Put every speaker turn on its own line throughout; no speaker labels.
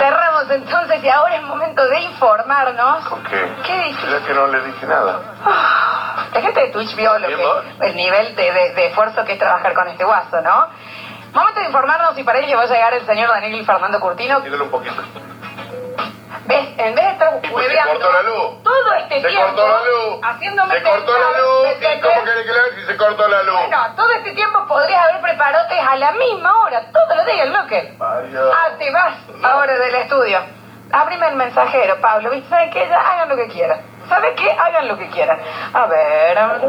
Vamos entonces y ahora es momento de informarnos.
¿Con qué?
¿Qué dices?
Mira que no le dije nada.
Ah, La gente de Twitch vio lo
Bien,
que-
vos.
el nivel de, de- de esfuerzo que es trabajar con este guaso, ¿no? Momento de informarnos y para ello va a llegar el señor Daniel Fernando Curtino.
Dígale un poquito.
¿Ves? En vez de estar
Y pues se
hueveando
cortó la luz.
todo este
Se
tiempo
cortó la luz.
haciéndome
Se cortó la
pensar,
luz.
¿me
¿Y cómo
entendés?
querés que le haga si se cortó la luz?
Bueno, todo este tiempo podrías haber preparado test a la misma hora, todos los días el bloque.
Vaya.
Ah, te vas ahora del estudio. Abrime el mensajero, Pablo. ¿Viste? ¿Saben qué? Ya hagan lo que quieran. ¿Saben qué? Hagan lo que quieran. A ver.
Hola,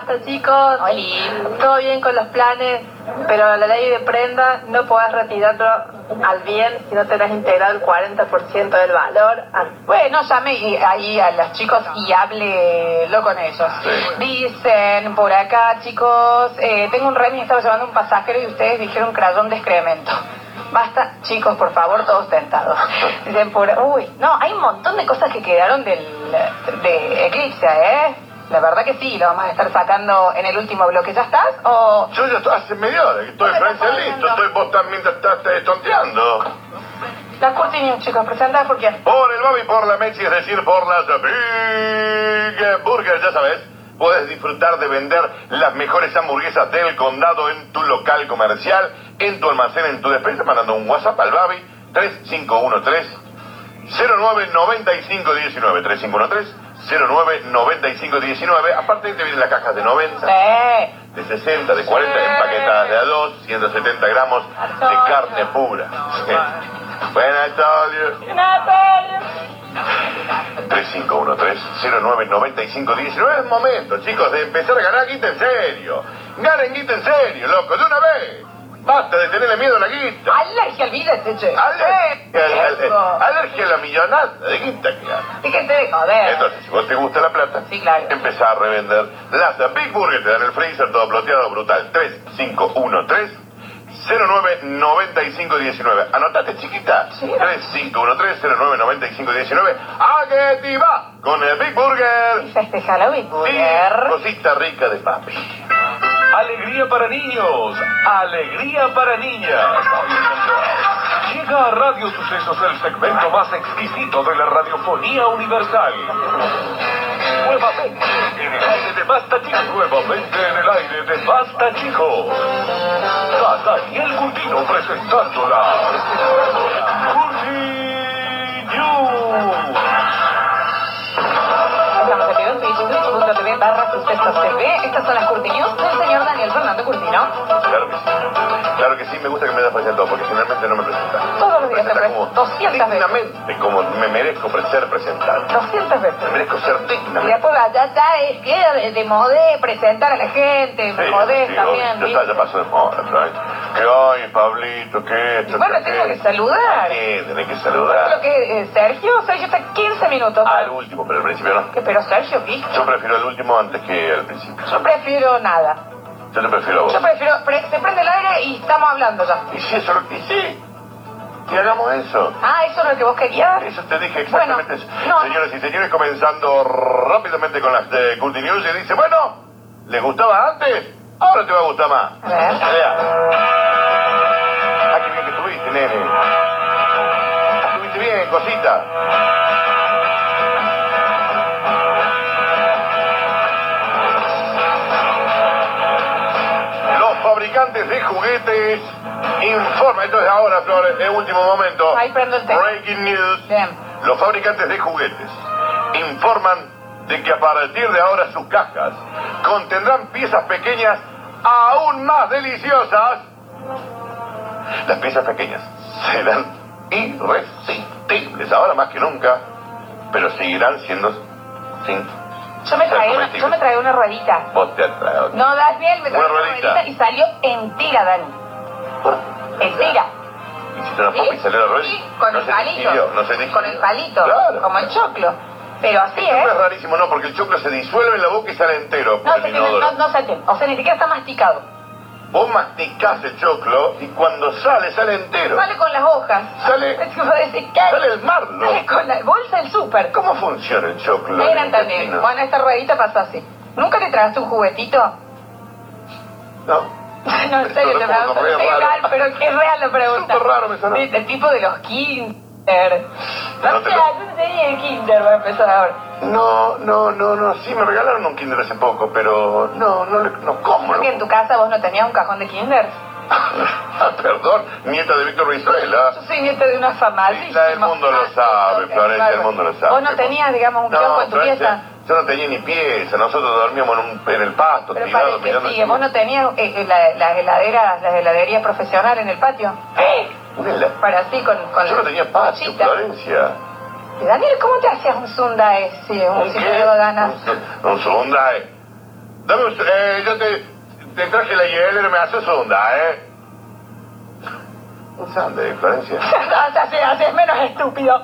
basta chicos.
Oli.
Todo bien con los planes, pero la ley de prenda no podés retirarlo al bien si no tenés integrado el 40% del valor. Ah,
Bueno, llame y- ahí a los chicos y háblelo con ellos.
Sí.
Dicen por acá, chicos, eh, tengo un remis, estaba llevando un pasajero y ustedes dijeron crayón de excremento. Basta, chicos, por favor, todos tentados. Dicen por... Uy, no, hay un montón de cosas que quedaron del, de Eclipse, ¿eh? La verdad que sí, lo vamos a estar sacando en el último bloque. ¿Ya estás? ¿O
Yo ya estoy- hace media hora que estoy en
Bueno,
Francia
está
listo.
bien,
Estoy, vos también te estás eh, tonteando.
la cortina, chicos? ¿Presentás por quién?
Por el Bobby, por la Messi, es decir, por las Big Burgers, ya sabes. Puedes disfrutar de vender las mejores hamburguesas del condado en tu local comercial, en tu almacén, en tu despensa, mandando un WhatsApp al Babi 3513 099519 3513 099519 Aparte te vienen las cajas de 90
Sí.
de 60, de 40 empaquetadas de a 2, 170 gramos de carne pura. Buenas tardes. 3513-099519. Es momento, chicos, de empezar a ganar guita en serio. Ganen guita en serio, loco, de una vez. Basta de tenerle miedo a la guita.
Alergia, olvídate, che. Eh,
Alergia, al-
eso.
al- alergia a la millonada de guita que gana.
Fíjense de joder.
Entonces, si vos te gusta la plata,
Sí, claro.
empezá a revender las Big Burger. Te dan el freezer todo ploteado, brutal. 3513 099519. Anotate, chiquita.
Sí.
3513 099519. ¡A que te va! Con el Big Burger.
Y festeja la Big
Sí,
Burger.
cosita rica de papi.
Alegría para niños, alegría para niñas. Llega a Radio Sucesos el segmento más exquisito de la radiofonía universal. Nuevamente en el aire de Basta Chicos. Nuevamente en el aire de Basta Chicos. Da Daniel Curtino presentándola. Curti News.
Estamos en vivo en facebook.tv barra sucesos TV. Estas son las curtinews del señor Daniel Fernando Curtino.
Claro que sí. Claro que sí, me gusta que me hayas presentado porque generalmente no me presentas.
Todos los días te
Presenta
presento.
como
200 veces.
dignamente, como me merezco ser presentado.
200
Me
veces.
merezco ser
Y
dignamente.
después allá ya es que de- de modé presentar a la gente, me
Sí,
modé
sí,
también.
obvio, Ya,
¿viste?
está, ya pasó de moda, Frank. Que ay, Pablito, que esto.
Bueno,
que
tengo que
aquello.
saludar.
Sí, tenés que
Lo
saludar.
que eh, Sergio, Sergio está 15 minutos.
Al último, pero al principio no.
Que- Pero Sergio, ¿viste?
Yo prefiero al último antes que al principio.
Yo prefiero nada.
Yo te prefiero a vos.
Yo prefiero, pre- se prende el aire y estamos hablando ya.
Y sí, eso lo que sí. Y hagamos eso.
Ah, eso es lo que vos querías.
Eso te dije exactamente.
Bueno,
eso.
no.
Señoras y señores, comenzando rápidamente con las de Good News y dice, bueno, ¿les gustaba antes? Ahora te va a gustar más.
A ver.
Vea. Ah, qué bien que estuviste, nene. Estuviste bien, cosita. Los fabricantes de juguetes informan. Entonces ahora, Flor, es último momento.
Ahí prendo el tema.
Breaking news.
Bien.
Los fabricantes de juguetes informan de que a partir de ahora sus cajas contendrán piezas pequeñas aún más deliciosas. Las piezas pequeñas serán irresistibles ahora más que nunca, pero seguirán siendo sin.
Yo me
ser
traía una, yo me
comestibles.
traía una ruedita.
Vos te atraes.
No, Daniel, me traía
Una
una
ruedita.
ruedita y salió entera, Dani. Entera.
Hiciste una popa y salió la rueda.
Sí, con
No
el
se
palito.
digirió, no se digirió.
con el palito.
Claro.
Como el choclo. Pero así,
El
¿eh?
choclo es rarísimo, no, porque el choclo se disuelve en la boca y sale entero.
No,
por el
se, no,
inodoro.
no, no se entiende. O sea, ni siquiera está masticado.
Vos masticás el choclo y cuando sale, sale entero.
Sale con las hojas.
Sale-
Es como decir, ¿qué?
Sale el marlo.
Sale con la bolsa del súper.
¿Cómo funciona el choclo?
Eran
argentino?
también. Bueno, esta ruedita pasó así. ¿Nunca te tragaste un juguetito?
No.
No, en serio,
Yo
te
recuerdo,
pregunto.
re
Es
raro.
real, pero qué real la pregunta.
Súper raro me sonó.
Viste, tipo de los 15.
kinder.
No
No
te
sé,
lo-
yo no tenía el kinder para empezar ahora.
No, no, no, no. Sí, me regalaron un kinder hace poco, pero no, no, le- no como.
Porque en tu casa vos no tenías un cajón de kinder.
ah, perdón, nieta de Víctor Brizuela.
Yo soy nieta de una famadísima.
el mundo lo sabe, Florencia, el mundo lo sabe.
Vos no tenías, digamos, un kiosco en tu
Florencia,
pieza.
Yo no tenía ni pieza, nosotros dormíamos en, un- en el pasto,
Pero para
tirados,
el que
mirando el
sigue, vos no tenías eh, eh, la- las heladeras, las heladerías profesionales en el patio.
Una la-
Para así con, con
¡Ah! Yo no tenía patio,
cuchita.
Florencia.
Y Daniel, ¿cómo te hacías un zunda ese? Un si te ganas.
Un sonda, eh. Dame un... Eh, yo te, te traje la hielera, me haces sonda, eh. Un sande, Florencia.
No, te haces- haces menos estúpido.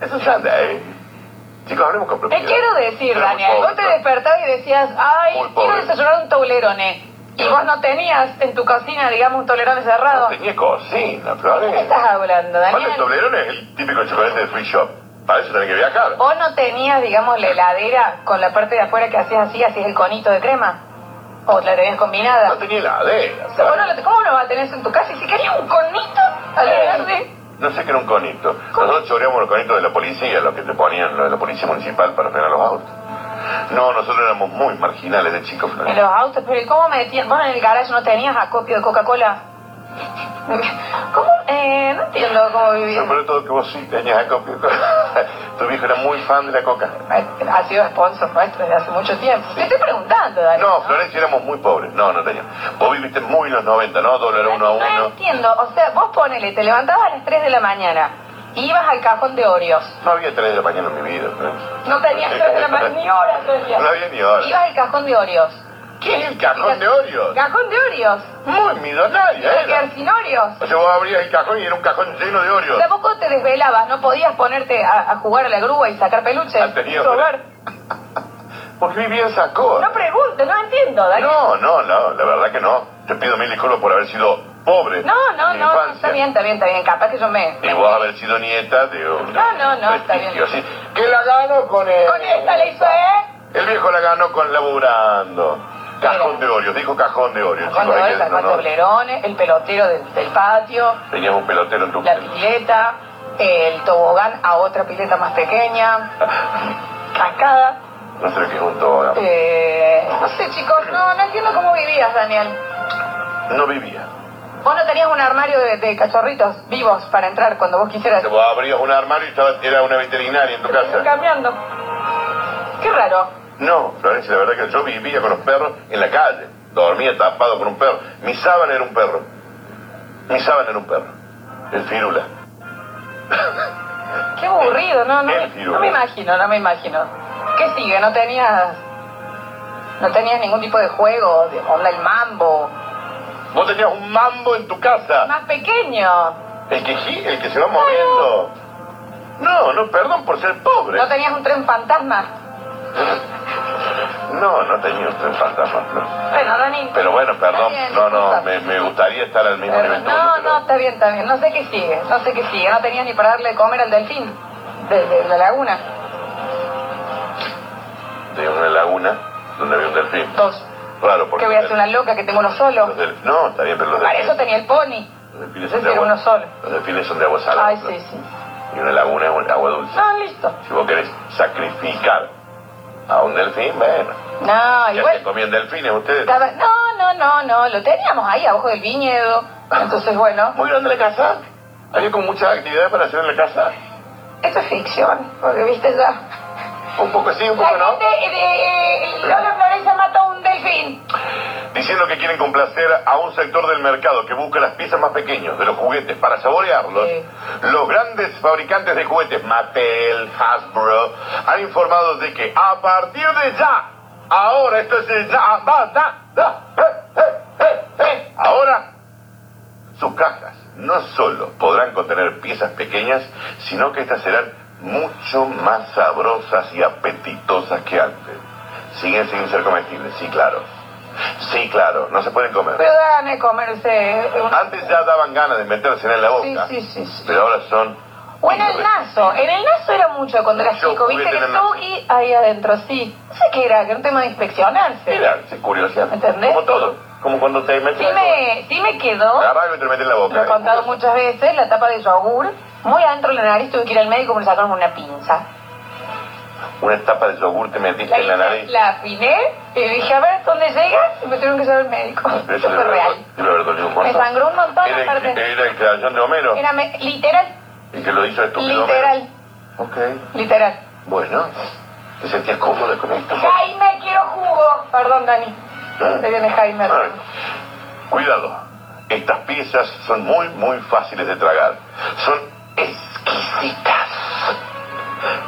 Es un sande, eh. Chicos, hablemos con
Te
propiedad.
quiero decir,
Pero muy
Daniel,
pobre,
vos te
pero-
despertabas y decías, ay,
Muy
quiero
pobre.
desayunar un toblerone. Y vos no tenías en tu cocina, digamos, un toblerone cerrado.
No tenía cocina,
¿Qué
Florencia.
estás hablando,
Aparte, el
Daniel?
toblerón es el típico chocolate de free shop. Para eso tenés que viajar.
Vos no tenías, digamos, la heladera con la parte de afuera que hacías así, hacías el conito de crema. O la tenías
No
combinada.
tenía heladera.
O sea, vos no lo- ¿Cómo no va a tener eso en tu casa? Y si querías un conito al verde.
No sé qué era un conito. Nosotros choreamos los conitos de la policía, los que te ponían los de la policía municipal para frenar los autos. No, nosotros éramos muy marginales de chicos.
En
Florencia.
los autos, pero ¿y cómo metías? Vos en el garage no tenías acopio de Coca-Cola. ¿Cómo? Eh, no entiendo cómo vivías.
Sobre todo que vos sí tenías acopio. tu viejo era muy fan de la coca.
Ha sido sponsor nuestro desde hace mucho tiempo. Te estoy preguntando, Daniel.
No, Florencia, éramos muy pobres. No, no teníamos. Vos viviste muy los 90, ¿no? Dólar uno a
No
uno.
entiendo. O sea, vos ponele, te levantabas a las 3 de la mañana, ibas al cajón de Oreos.
No había 3 de la mañana en mi vida. Florencia.
No tenías 3 de la mañana ni horas tenías.
No había ni hora.
Ibas al cajón de Oreos.
¿Qué es el cajón de Oreo?
Cajón de Oreos.
Muy millonario,
Quedar
¿eh?
sin Oreos.
O sea, vos abrías el cajón y era un cajón lleno de Oreo.
Tampoco te desvelabas, no podías ponerte a, a jugar a la grúa y sacar peluches.
Ha tenido-
Robar.
¿Por qué vivía en Sacoa?
No preguntes, no entiendo, Daniel.
No, no, no, la verdad que no. Te pido mil disculpas por haber sido pobre.
No, no,
en mi
no, no,
infancia.
está bien, está bien, está bien. Capaz que yo me.
Y vos haber sido nieta de un.
No, no, no, está bien.
prestigio así. Que la ganó con él.
Con esta le hizo, ¿eh?
El viejo la ganó con laburando. Cajón de Oreo, dijo cajón de Oreo.
Cuando
hay
ves
que-
sacó
no, no.
toblerones, el pelotero del, del patio,
Tenías un pelotero en tu.
la pileta, el tobogán a otra pileta más pequeña, cascada.
No sé lo que juntó. ¿eh?
Eh, no sé, chicos, no, no entiendo cómo vivías, Daniel.
No vivía.
Vos no tenías un armario de, de cachorritos vivos para entrar cuando vos quisieras.
Vos abrías un armario y estaba, era una veterinaria en tu
Estoy
casa.
cambiando. Qué raro.
No, Florencia, la verdad que yo vivía con los perros en la calle. Dormía tapado con un perro. Mi sábana era un perro. Mi sábana era un perro. El firula.
Qué aburrido, no, no,
El
me,
tiro.
no me imagino, no me imagino. ¿Qué sigue? ¿No tenías, no tenías ningún tipo de juego, de onda el mambo?
Vos tenías un mambo en tu casa.
Más pequeño.
El que, gi- el que se va moviendo. No, no, perdón por ser pobre.
¿No tenías un tren fantasma?
No, no tenía usted fantasma. no.
Bueno, Dani.
Pero bueno, perdón.
Está bien,
No, no,
disculpa.
me, me gustaría estar al mismo nivel.
Perdón.
que
No,
vos,
no, está bien, está bien. No sé qué sigue, no sé qué sigue. No tenías ni para darle de comer al delfín de, de la laguna.
pero De una laguna donde había un delfín.
Dos.
Claro, porque...
Que voy a hacer una loca que tengo uno solo.
los del- No, está bien, pero los
Para
delfines-
eso tenía el pony.
Los delfines
Ese
son de
era
agua-
uno solo.
Los delfines son de agua salada.
Ay,
¿no?
sí, sí.
Y una laguna es agua dulce.
No, listo.
Si vos querés sacrificar a un delfín, bueno.
No,
Ya
igual.
se comían delfines ustedes.
Estaba- No, no, no, no, lo teníamos ahí abajo del viñedo. Entonces, bueno,
Muy grande la casa. Había como muchas actividades para hacer en la casa.
esto es ficción, porque viste ya.
Un poco sí, un
La
poco no.
gente eh, de, de- Lola Florencia mató a un delfín.
Diciendo que quieren complacer a un sector del mercado que busca las piezas más pequeñas de los juguetes para saborearlos,
Sí.
los grandes fabricantes de juguetes, Mattel, Hasbro, han informado de que a partir de ya, ahora, esto es ya, va, da, da, eh, eh, eh, eh, ahora, sus cajas no solo podrán contener piezas pequeñas, sino que estas serán mucho más sabrosas y apetitosas que antes. Siguen sin ser comestibles, sí, claro. Sí, claro, no se pueden comer.
Pero dame comerse. eh, un-
Antes ya daban ganas de meterse en la
Sí,
boca,
sí, sí, sí.
pero ahora son...
O en el naso, en el naso era mucho cuando era
Yo
chico, viste
jugué
que
en el naso.
Sugi ahí adentro, sí. No sé qué era, que era un tema de inspeccionarse.
Mira, se curiosidad.
¿Entendés?
Como todo. como cuando te metes
Sí
algo-
me, sí me quedó,
Agarralo y te lo metes en la
lo he
boca.
contado muchas veces, la tapa de yogur. Muy adentro de la nariz tuve que ir al médico y me sacaron una pinza.
Una tapa de yogur te metiste
La,
en la
hice-
nariz.
la afiné y dije, a ver, ¿dónde llega? Y me tuvieron que llevar al médico.
Pero
Eso
debe
fue
haber-
real.
debe haber dolido un
Me
montón.
sangró un montón
Era el-
aparte.
Era el creación de Homero.
Era me- literal,
Y que lo hizo estúpido
literal,
Homero. Ok.
literal.
Bueno. ¿Te sentías cómodo con esto?
Jaime, quiero jugo. Perdón, Dani. Se viene Jaime.
Ay, Cuidado. Estas piezas son muy, muy fáciles de tragar. Son exquisitas.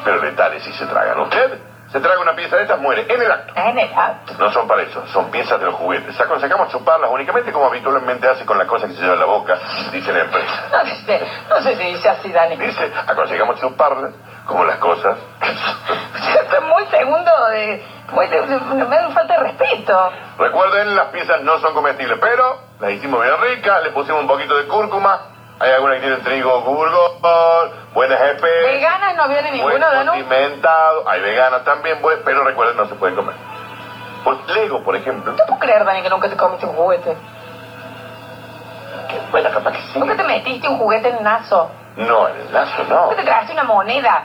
Pero letales si se tragan. Usted se traga una pieza de estas, muere en el acto.
En el auto.
No son para eso, son piezas de los juguetes. Aconsejamos chuparlas únicamente como habitualmente hace con la cosa que se lleva en la boca, dice la empresa.
No sé, no sé si dice así, Dani.
Dice, aconsejamos chuparlas como las cosas.
Estoy muy segundo de... Muy de, de- me da un falta de respeto.
Recuerden, las piezas no son comestibles, pero las hicimos bien ricas, le pusimos un poquito de cúrcuma. Hay algunas que tienen trigo, gurgol, buenas especies.
Veganas no viene
Buen
ninguno, Danu.
condimentado, hay veganas también, pues, pero recuerden, no se pueden comer. Pues Lego, por ejemplo.
No puedo creer, Dani, que nunca te comiste un juguete.
que, Bueno, capaz que sí.
Nunca te metiste un juguete en el nazo.
No, en el lazo no.
Nunca te trajiste una moneda.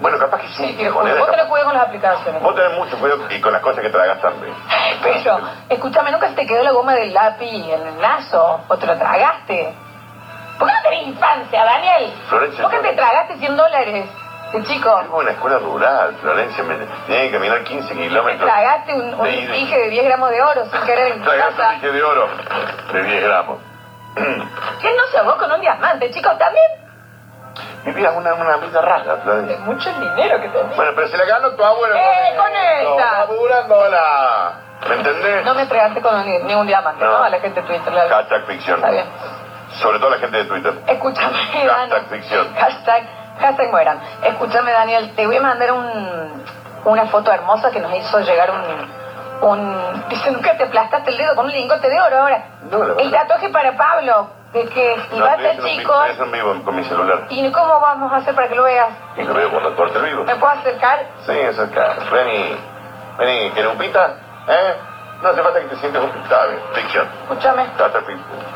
Bueno, capaz que sí.
Sí, te lo juro.
moneda,
Vos te
capaz-
lo jugué con las aplicaciones.
Vos tenés mucho cuidado y con las cosas que tragas también.
Pero, escúchame, ¿nunca se te quedó la goma del lápiz en el nazo? ¿O te lo tragaste? ¿Por qué no tenés infancia, Daniel?
Florencia,
¿Por qué
yo-
te tragaste 100 dólares? de chico,
Vivo en una escuela rural, Florencia, me tienen que caminar 15
te
kilómetros.
tragaste un, un
de ida.
dije de 10 gramos de oro sin querer en tu
Tragaste un
casa.
dije de oro de 10 gramos.
¿Quién no se ahogó con un diamante, chicos? También
Vivías una, una vida rara,
de
Florencia.
mucho el dinero que tenés.
Bueno, pero se la ganó tu abuelo.
¡Eh, con esta!
¡Laburándola! ¿Me entendés?
No me entregaste con ni, ni un diamante,
No.
¿no? A la gente de Twitter. la-
Hashtag ficción.
Está bien.
Sobre todo la gente de Twitter.
Escúchame, Dani.
Hashtag ficción.
Hashtag, hashtag mueran. Escúchame, Daniel, te voy a mandar un, una foto hermosa que nos hizo llegar un... un dice, nunca te aplastaste el dedo con un lingote de oro ahora.
No, la verdad.
el tatuaje para Pablo, de que
No, estoy
esquivaste,
haciendo un vi-
chicos.
estoy haciendo un vivo con mi celular.
¿Y cómo vamos a hacer para que lo veas?
Y lo veo cuando corte el vivo.
¿Me puedo acercar?
Sí, eso es claro. Vení, vení, ¿querés un pita? ¿Eh? No hace falta que te sientes un Está bien, ficción.
Escúchame.
Tata ficción.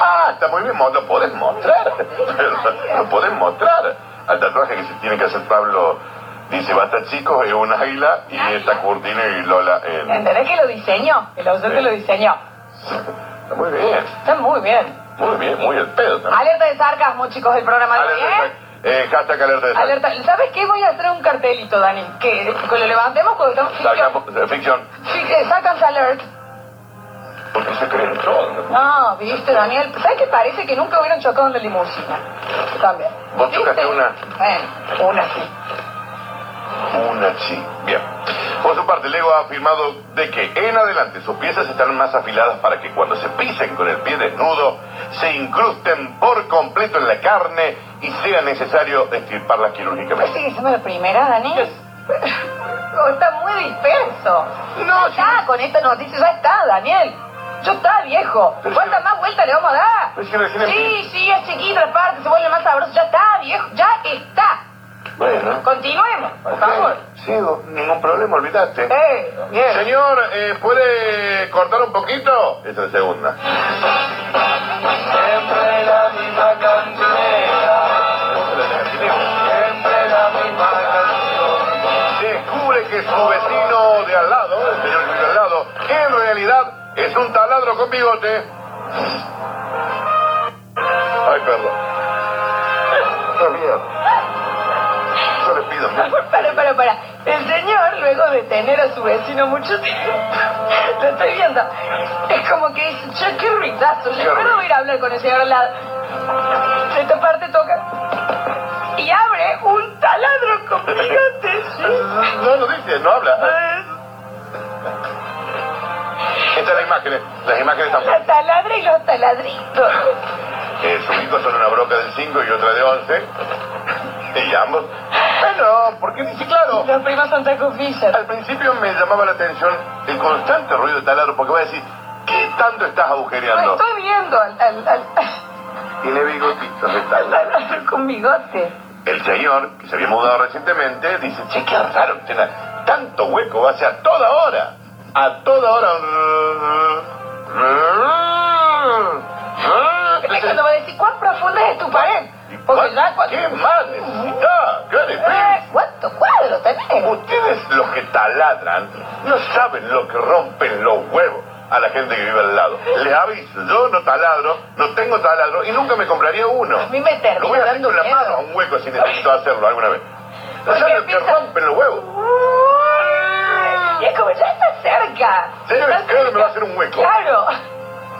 Ah, está muy bien, lo podés mostrar. lo podés mostrar. Al tatuaje que se tiene que hacer Pablo, dice basta chicos, es un águila y está Curtino y Lola. eh, en-
¿Entendés que lo diseñó? El autor que lo diseñó.
Está muy bien,
Está muy bien.
muy bien, muy el pedo también.
Alerta de sarcasmo, chicos, el programa de hoy,
Alerta de
¿eh?
sac- eh, hashtag alerta de sac-
Alerta. ¿Sabes qué? Voy a hacer un cartelito, Dani. Que, que lo levantemos cuando estamos
Sacamos- eh, Ficción.
Sacas alert.
Porque se creen todo.
No, viste, Daniel. pues, ¿Sabes qué parece que nunca hubieran chocado en la limusina? También.
Vos chocaste
¿Viste?
una.
Bueno, una sí.
Una sí. Bien. Por su parte, Lego ha afirmado de que en adelante sus piezas estarán más afiladas para que cuando se pisen con el pie desnudo, se incrusten por completo en la carne y sea necesario estirparlas
¿Puedes
quirúrgicamente.
seguir siendo la primera, Dani? Oh, está muy disperso.
No,
Ya está, con esta noticia ya está, Daniel. Ya está, viejo.
Pero
¿Cuántas
si-
más vueltas le vamos a dar?
Pero si recién
sí, sí, es chiquito, aparte, se vuelve más sabroso. Ya está, viejo. Ya está.
Bueno.
Continuemos, por favor.
Sigo, ningún problema, olvídate.
Eh, bien.
Señor, eh, ¿puede cortar un poquito? Esta es segunda.
Eh.
Siempre la misma cantinera, siempre la misma canción.
descubre que su vecino de al lado, el señor que vive al lado, en realidad es un taladro con bigote. Ay, perdón. Está bien. Yo le pido.
Para, para, para. El señor, luego de tener a su vecino mucho tiempo, lo estoy viendo. Es como que dice, che, qué ruidazo.
Qué
Yo
ruido.
puedo ir a hablar con el señor al lado. De esta parte toca. Y abre un taladro con bigotes.
No lo dice, no habla. Estas son las imágenes. Las imágenes tampoco.
La taladra y los taladritos.
Eh, sus hijos son una broca del 5 y otra de 11. Y ambos. Bueno, porque dice, claro,
Los primos son Taco Fisher.
Al principio me llamaba la atención el constante ruido de taladro, porque voy a decir, ¿qué tanto estás
Lo
agujereando?
estoy viendo al, al, al,
Tiene bigotitos de
al
taladro.
taladro con bigote.
El señor, que se había mudado recientemente, dice, che, qué raro que tenga tanto hueco, va a ser a toda hora. a toda hora.
Es cuando me decís, ¿cuán profunda es tu pared? Porque ya cuando...
¿Qué más necesita? ¿Qué le
Eh, ¿Cuántos cuadros tenés?
Ustedes los que taladran no saben lo que rompen los huevos a la gente que vive al lado. Les aviso, yo no taladro, no tengo taladro y nunca me compraría uno.
A mí me termina
Lo voy a hacer
dando
con la
miedo.
mano a un hueco si necesito hacerlo alguna vez. No
Porque
saben lo que
empieza-
rompen los huevos.
Y es como, ya está cerca.
Señor,
Está
claro,
cerca.
me va a hacer un hueco.
Claro.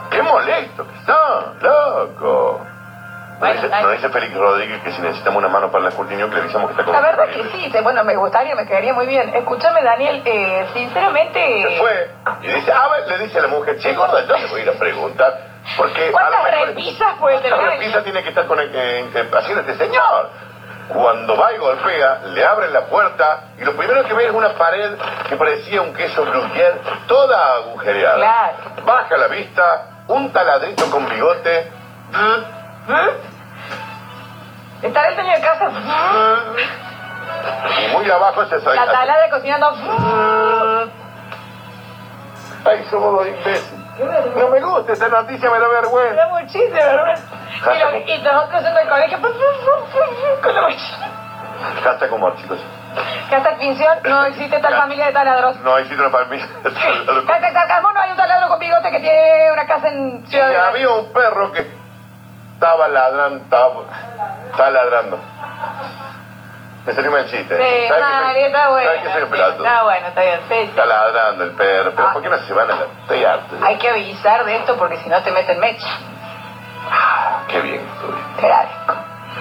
¡Qué molesto que está, loco! ¿No
Bueno,
dice,
ay.
no dice Félix Rodríguez que si necesitamos una mano para la escrutinio que le avisamos que está con
La verdad que sí, te- bueno, me gustaría, me quedaría muy bien. Escúchame, Daniel, eh,
Se
sinceramente...
fue y dice, a ver, le dice a la mujer, che, gorda, yo le voy a ir a preguntar. Porque a lo
¿Cuántas
mejor-
repisas puede tener?
La repisa tiene que estar con el, eh, eh, haciendo este señor. Cuando va y golpea, le abren la puerta y lo primero que ve es una pared que parecía un queso gruyère, toda agujereada.
Claro.
Baja la vista, un taladrito con bigote.
Estar ¿Mm? el dueño de casa, ¿Mm?
Y muy abajo se
la
salta.
talada cocinando... ¿Mm?
Ah. Ay, somos dos imbéciles. No me gusta esta noticia, me da
Me
vergüenza.
da muchísima vergüenza. Y, lo- y nosotros en el colegio, ¿Mm? con la mochila.
Hasta como chicos.
Casa Pinción, no existe tal familia de taladros.
No hay sitio para mí.
Casa Sarcasmo, no hay un taladro con bigote que tiene una casa en
Y
Ciudad de
había un perro que estaba ladrando, estaba, estaba ladrando. Me salió mal chiste.
Sí,
¿Sabes
nah,
que soy-
Ah, está bueno.
¿Sabes que soy un pelado?
Está bueno, está bien, sí.
Está ladrando el perro, pero ¿por qué no se van a la... Estoy harto.
Hay que avisar de esto porque si no te meten mecha.
Qué bien estuve.
Te agradezco.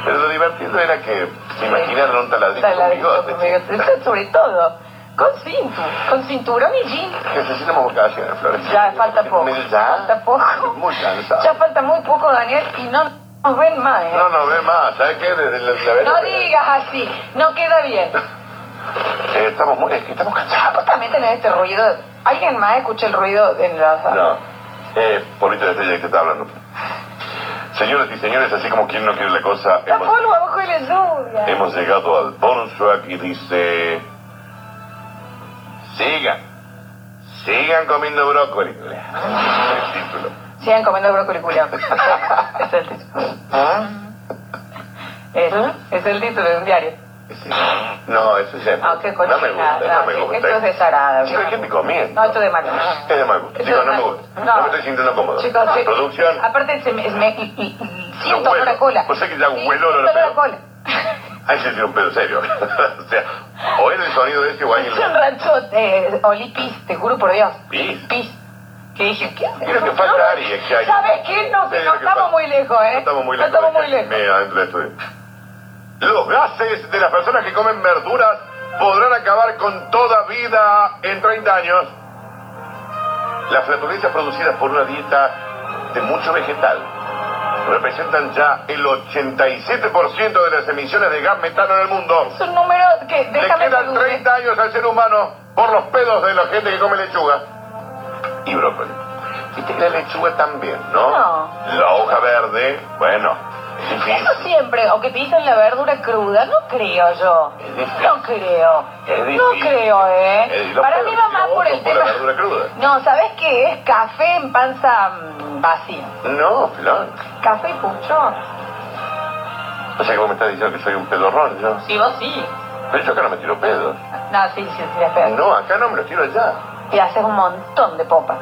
Pero lo divertido era que se imaginaron un taladrito
Está
con
la-
bigote.
bigote. Eso sobre todo, con cinto, con cinturón y jean.
Necesitamos vacaciones, Florencia.
Ya falta poco.
Me- Ya.
Falta poco.
Muy cansado.
Ya falta muy poco, Daniel, y no nos ven más. ¿eh?
No, no, ve más. ¿Sabes qué? Desde la- la vez-
No digas así, no queda bien.
Eh, estamos muy... Es que estamos cansados.
Vos también tenés este ruido. ¿Alguien más escucha el ruido en la
No. Eh, Polito de Estrella que está hablando. Señoras y señores, así como quien no quiere la cosa,
Está
hemos,
polvo abajo de la lluvia.
hemos llegado al bonus track y dice... Sigan. Sigan comiendo brócoli. El título.
Sigan comiendo brócoli culiao. es el título.
¿Ah?
Es, es el título de un diario.
Sí. No, eso ya
Ah, qué
no me gusta,
cochinada.
no me
No,
gusta.
esto es desagradable.
Chicos, hay gente comiendo.
No,
Ah,
esto es de mal gusto.
Es de mal gusto.
Esto
Chicos,
es
no
mal
me
gusto.
gusta. No me estoy sintiendo cómodo.
Chicos, sí. Ah.
Producción.
Aparte, se me, me- y- y- y siento olor
huelo.
a cola.
Vos sabés que ya
Sí,
huelo olor a
siento
pedo. Ay, se tiene un pedo serio. o sea, o era el sonido de ese o alguien
Hace un rato eh, olí pis, te juro por Dios.
¿Pis?
Pis. Que dije, ¿qué haces?
Creo que falta Ari, es que hay-
¿Sabes qué? No,
Sí,
no
creo que
estamos
falta.
muy lejos, ¿eh?
No estamos muy lejos.
No estamos
de
muy
que-
lejos.
Mira, dentro del estudio. Los gases de las personas que comen verduras podrán acabar con toda vida en 30 años. Las flatulencias producidas por una dieta de mucho vegetal representan ya el 87% de las emisiones de gas metano en el mundo.
Es un número que
Le
déjame
quedan
saludar.
30 años al ser humano por los pedos de la gente que come lechuga y brócoli. Viste que la lechuga también, ¿no?
No.
La hoja verde, bueno, es difícil.
Eso siempre, o que te dicen la verdura cruda, no creo yo.
Es difícil.
No creo.
Es difícil.
No creo, ¿eh?
Eh, los
Para
pedos
mí va
que
más
vos
por el
son por
tema.
la verdura cruda.
No, ¿sabes qué? Es café en panza mm, vacía.
No, Flor.
Café y puchón.
O sea que vos me estás diciendo que soy un pedorrón, yo.
Sí, vos sí.
Pero yo acá no me tiro pedos.
No, sí, sí, sí, es feo.
No, acá no me los tiro allá.
Y haces un montón de popa.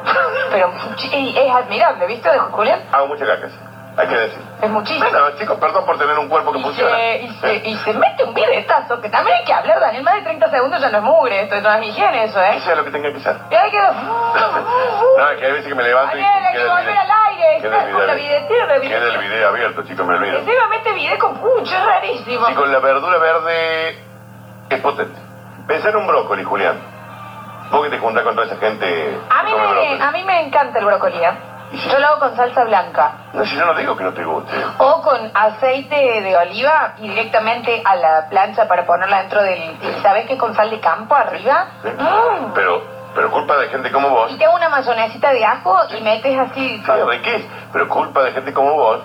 Pero muchi- y es admirable, ¿viste, Julián?
Hago muchas cacas, hay que decir.
Es muchísimo.
Bueno, chicos, perdón por tener un cuerpo que
Y
funciona.
se, y, se, y se mete un bidetazo, que también hay que hablar, Daniel, más de 30 segundos ya no es mugre, esto no es higiene eso, ¿eh?
Eso es lo que tenga que ser.
Y ahí quedó...
No, es que hay veces que me levanto y...
Daniel, hay que
queda el
volver
video-
al aire,
queda el
está con la
video-
bidetera, la
Queda el
bidetera.
video abierto, chicos, me olvido.
Encima mete bidet con pucho, es rarísimo.
Y con la verdura verde es potente. Pensá en un brócoli, Julián. Vos que te juntás con toda esa gente. que
A mí,
come
me,
brócoli.
a mí me encanta el brócoli, ¿eh? Yo lo hago con salsa blanca.
No, si yo no digo que no te guste.
O con aceite de oliva y directamente a la plancha para ponerla dentro del... y ¿Sabes qué? Con sal de campo arriba.
¿sí?
Mm.
Pero, pero culpa de gente como vos.
Y te hago una mayonesita de ajo y metes así...
Sí, riquís, pero culpa de gente como vos.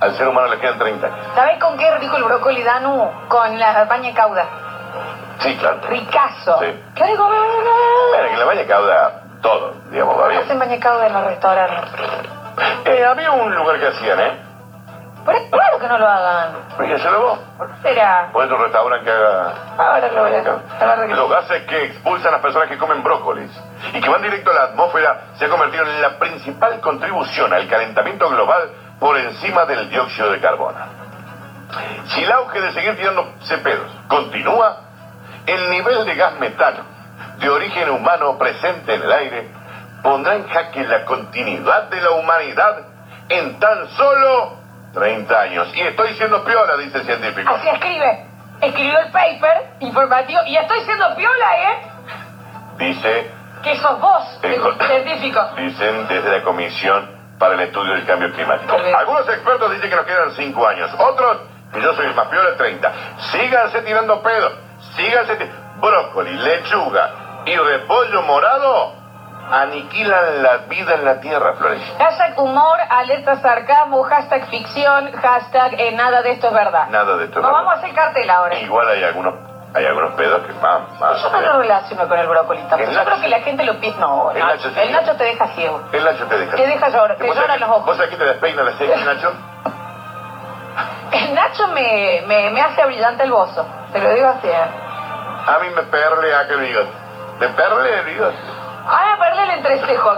Al ser humano le quedan 30 años.
¿Sabes con qué rico el brócoli, Danu? Con la baña cauda.
Sí, claro.
Ricazo.
Sí.
¿Qué rico?
Bueno, que la vaya cauda todo, digamos, va bien.
Hacen bañecado de los restaurantes.
Eh, había un lugar que hacían, ¿eh?
Pero claro que no lo hagan.
Fíjenselo vos.
¿Por qué será?
Puede un restaurante que haga...
Ahora lo veré. Ahora que-
Los gases que expulsan a las personas que comen brócolis y que van directo a la atmósfera se ha convertido en la principal contribución al calentamiento global por encima del dióxido de carbono. Si el auge de seguir tirándose pedos continúa, el nivel de gas metano de origen humano presente en el aire pondrá en jaque la continuidad de la humanidad en tan solo 30 años. Y estoy siendo piola, dice el científico.
Así escribe. Escribió el paper informativo y estoy siendo piola, ¿eh?
Dice
Que sos vos,
Eh,
el científico.
Dicen desde la Comisión para el Estudio del Cambio Climático.
Muy bien.
Algunos expertos dicen que nos quedan 5 años. Otros, que yo soy el más peor de 30. Síganse tirando pedos. Síganse. ti- Brócoli, lechuga y repollo morado aniquilan la vida en la tierra, Flores.
Hashtag humor, alerta sarcasmo, hashtag ficción, hashtag eh, nada de esto es verdad.
Nada de esto.
Nos vamos a hacer cartel ahora.
Igual hay algunos, hay algunos pedos que más. más
Yo no lo relaciono con el brócoli tampoco.
El
Yo creo
Nacho.
que la gente lo piensa. No,
El
Nacho.
Nacho sí.
el Nacho te deja ciego.
El Nacho te deja.
Te deja llorar, te
¿Vos sabés
lloran
que-
los ojos.
¿Vos sabés que te despeina la ceja, Nacho?
El Nacho me, me, me hace brillante el bozo. Te lo digo así. ¿eh?
A mí me perlea que el bigote. Me perlea el bigote.
Ahora perle el entrecejo.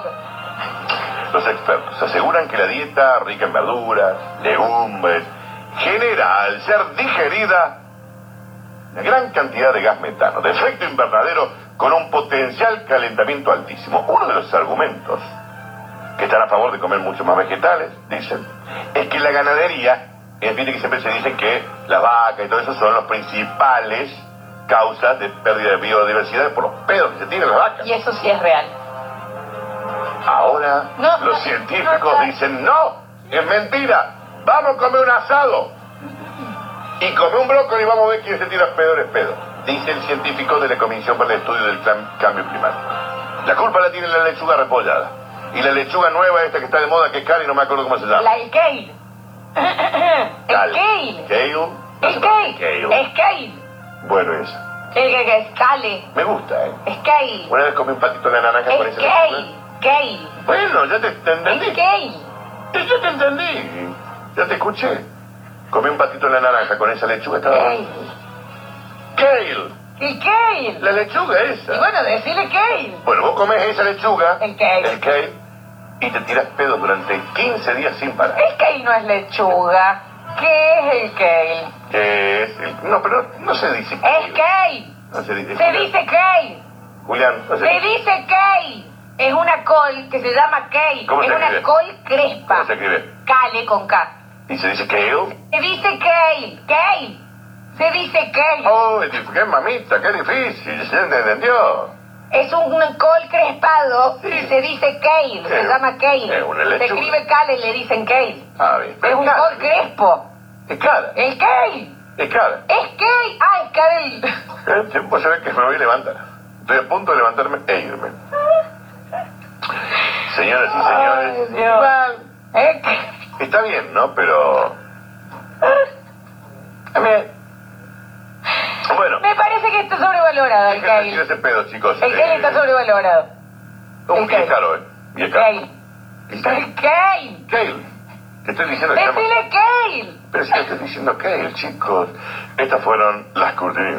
Los expertos aseguran que la dieta rica en verduras, legumbres, genera al ser digerida una gran cantidad de gas metano, de efecto invernadero con un potencial calentamiento altísimo. Uno de los argumentos que están a favor de comer mucho más vegetales, dicen, es que la ganadería, eh, viste que siempre se dice que la vaca y todo eso son los principales causas de pérdida de biodiversidad por los pedos que se tiran las vacas.
Y eso sí es real.
Ahora
No,
los
no,
científicos
no, no.
dicen, no, es mentira, vamos a comer un asado. Y come un brócoli y vamos a ver quién se tira peor es pedo. Dice el científico de la Comisión para el Estudio del Clam- Cambio Climático. La culpa la tiene la lechuga repollada. Y la lechuga nueva, esta que está de moda, que es cara y no me acuerdo cómo se llama.
La el kale. el
Kale.
kale. El
Kale.
kale.
Kale.
Es kale.
Bueno, esa.
El que- que es kale.
Me gusta, ¿eh?
Es kale.
Una vez comí un patito de la naranja con
Es
esa
gay,
lechuga.
gay,
Bueno, ya te, te entendí.
es gay.
Sí, Yo te entendí. Ya te escuché. Comí un patito en la naranja con esa lechuga. Estaba...
Gay.
Kale,
El gay.
Ah. la lechuga
Y
esa.
bueno, decirle gay.
Bueno, vos comés esa lechuga,
El kale.
el kale, y te tirás pedo durante 15 días sin parar.
El gay no es lechuga. ¿Qué es el gay?
Que es el- No, pero no se dice
Es gay.
No se dice
Se
Julián.
dice gay.
Julián, no se
Se dice gay. Es una col que se llama gay.
¿Cómo
Es
se
una
escribe?
col crespa.
¿Cómo se escribe?
Cale con K.
Y se dice kale.
Se dice gay. Gay. Se dice gay.
Oh, y dice, qué mamita, qué difícil, se entendió.
Es un col crespado
Sí.
y se dice kale, se
Es-
llama kale.
es una
se
lechuga.
escribe kale y le dicen kale.
Ah, bien.
Es
pero
un
cara,
col crespo.
Es cara,
El kale.
es cara.
Es kale. Ah, es kale.
El tiempo se ve que me voy a levantar. Estoy a punto de levantarme e irme. Señoras y señores,
Ay, Dios.
igual,
Es que-
está bien, ¿no? Pero... A mí- Bueno,
Me parece que está sobrevalorado el
dejen de decir
kale.
ese pedo, chicos. Eh,
El kale está sobrevalorado.
Un
el kale.
bien caro, ¿eh? Bien caro.
Kale.
El
El
Kale.
kale.
Kale. Te estoy diciendo que... se llama-
Decile kale.
Pero si te estoy diciendo Kale, chicos. Estas fueron las curtidas.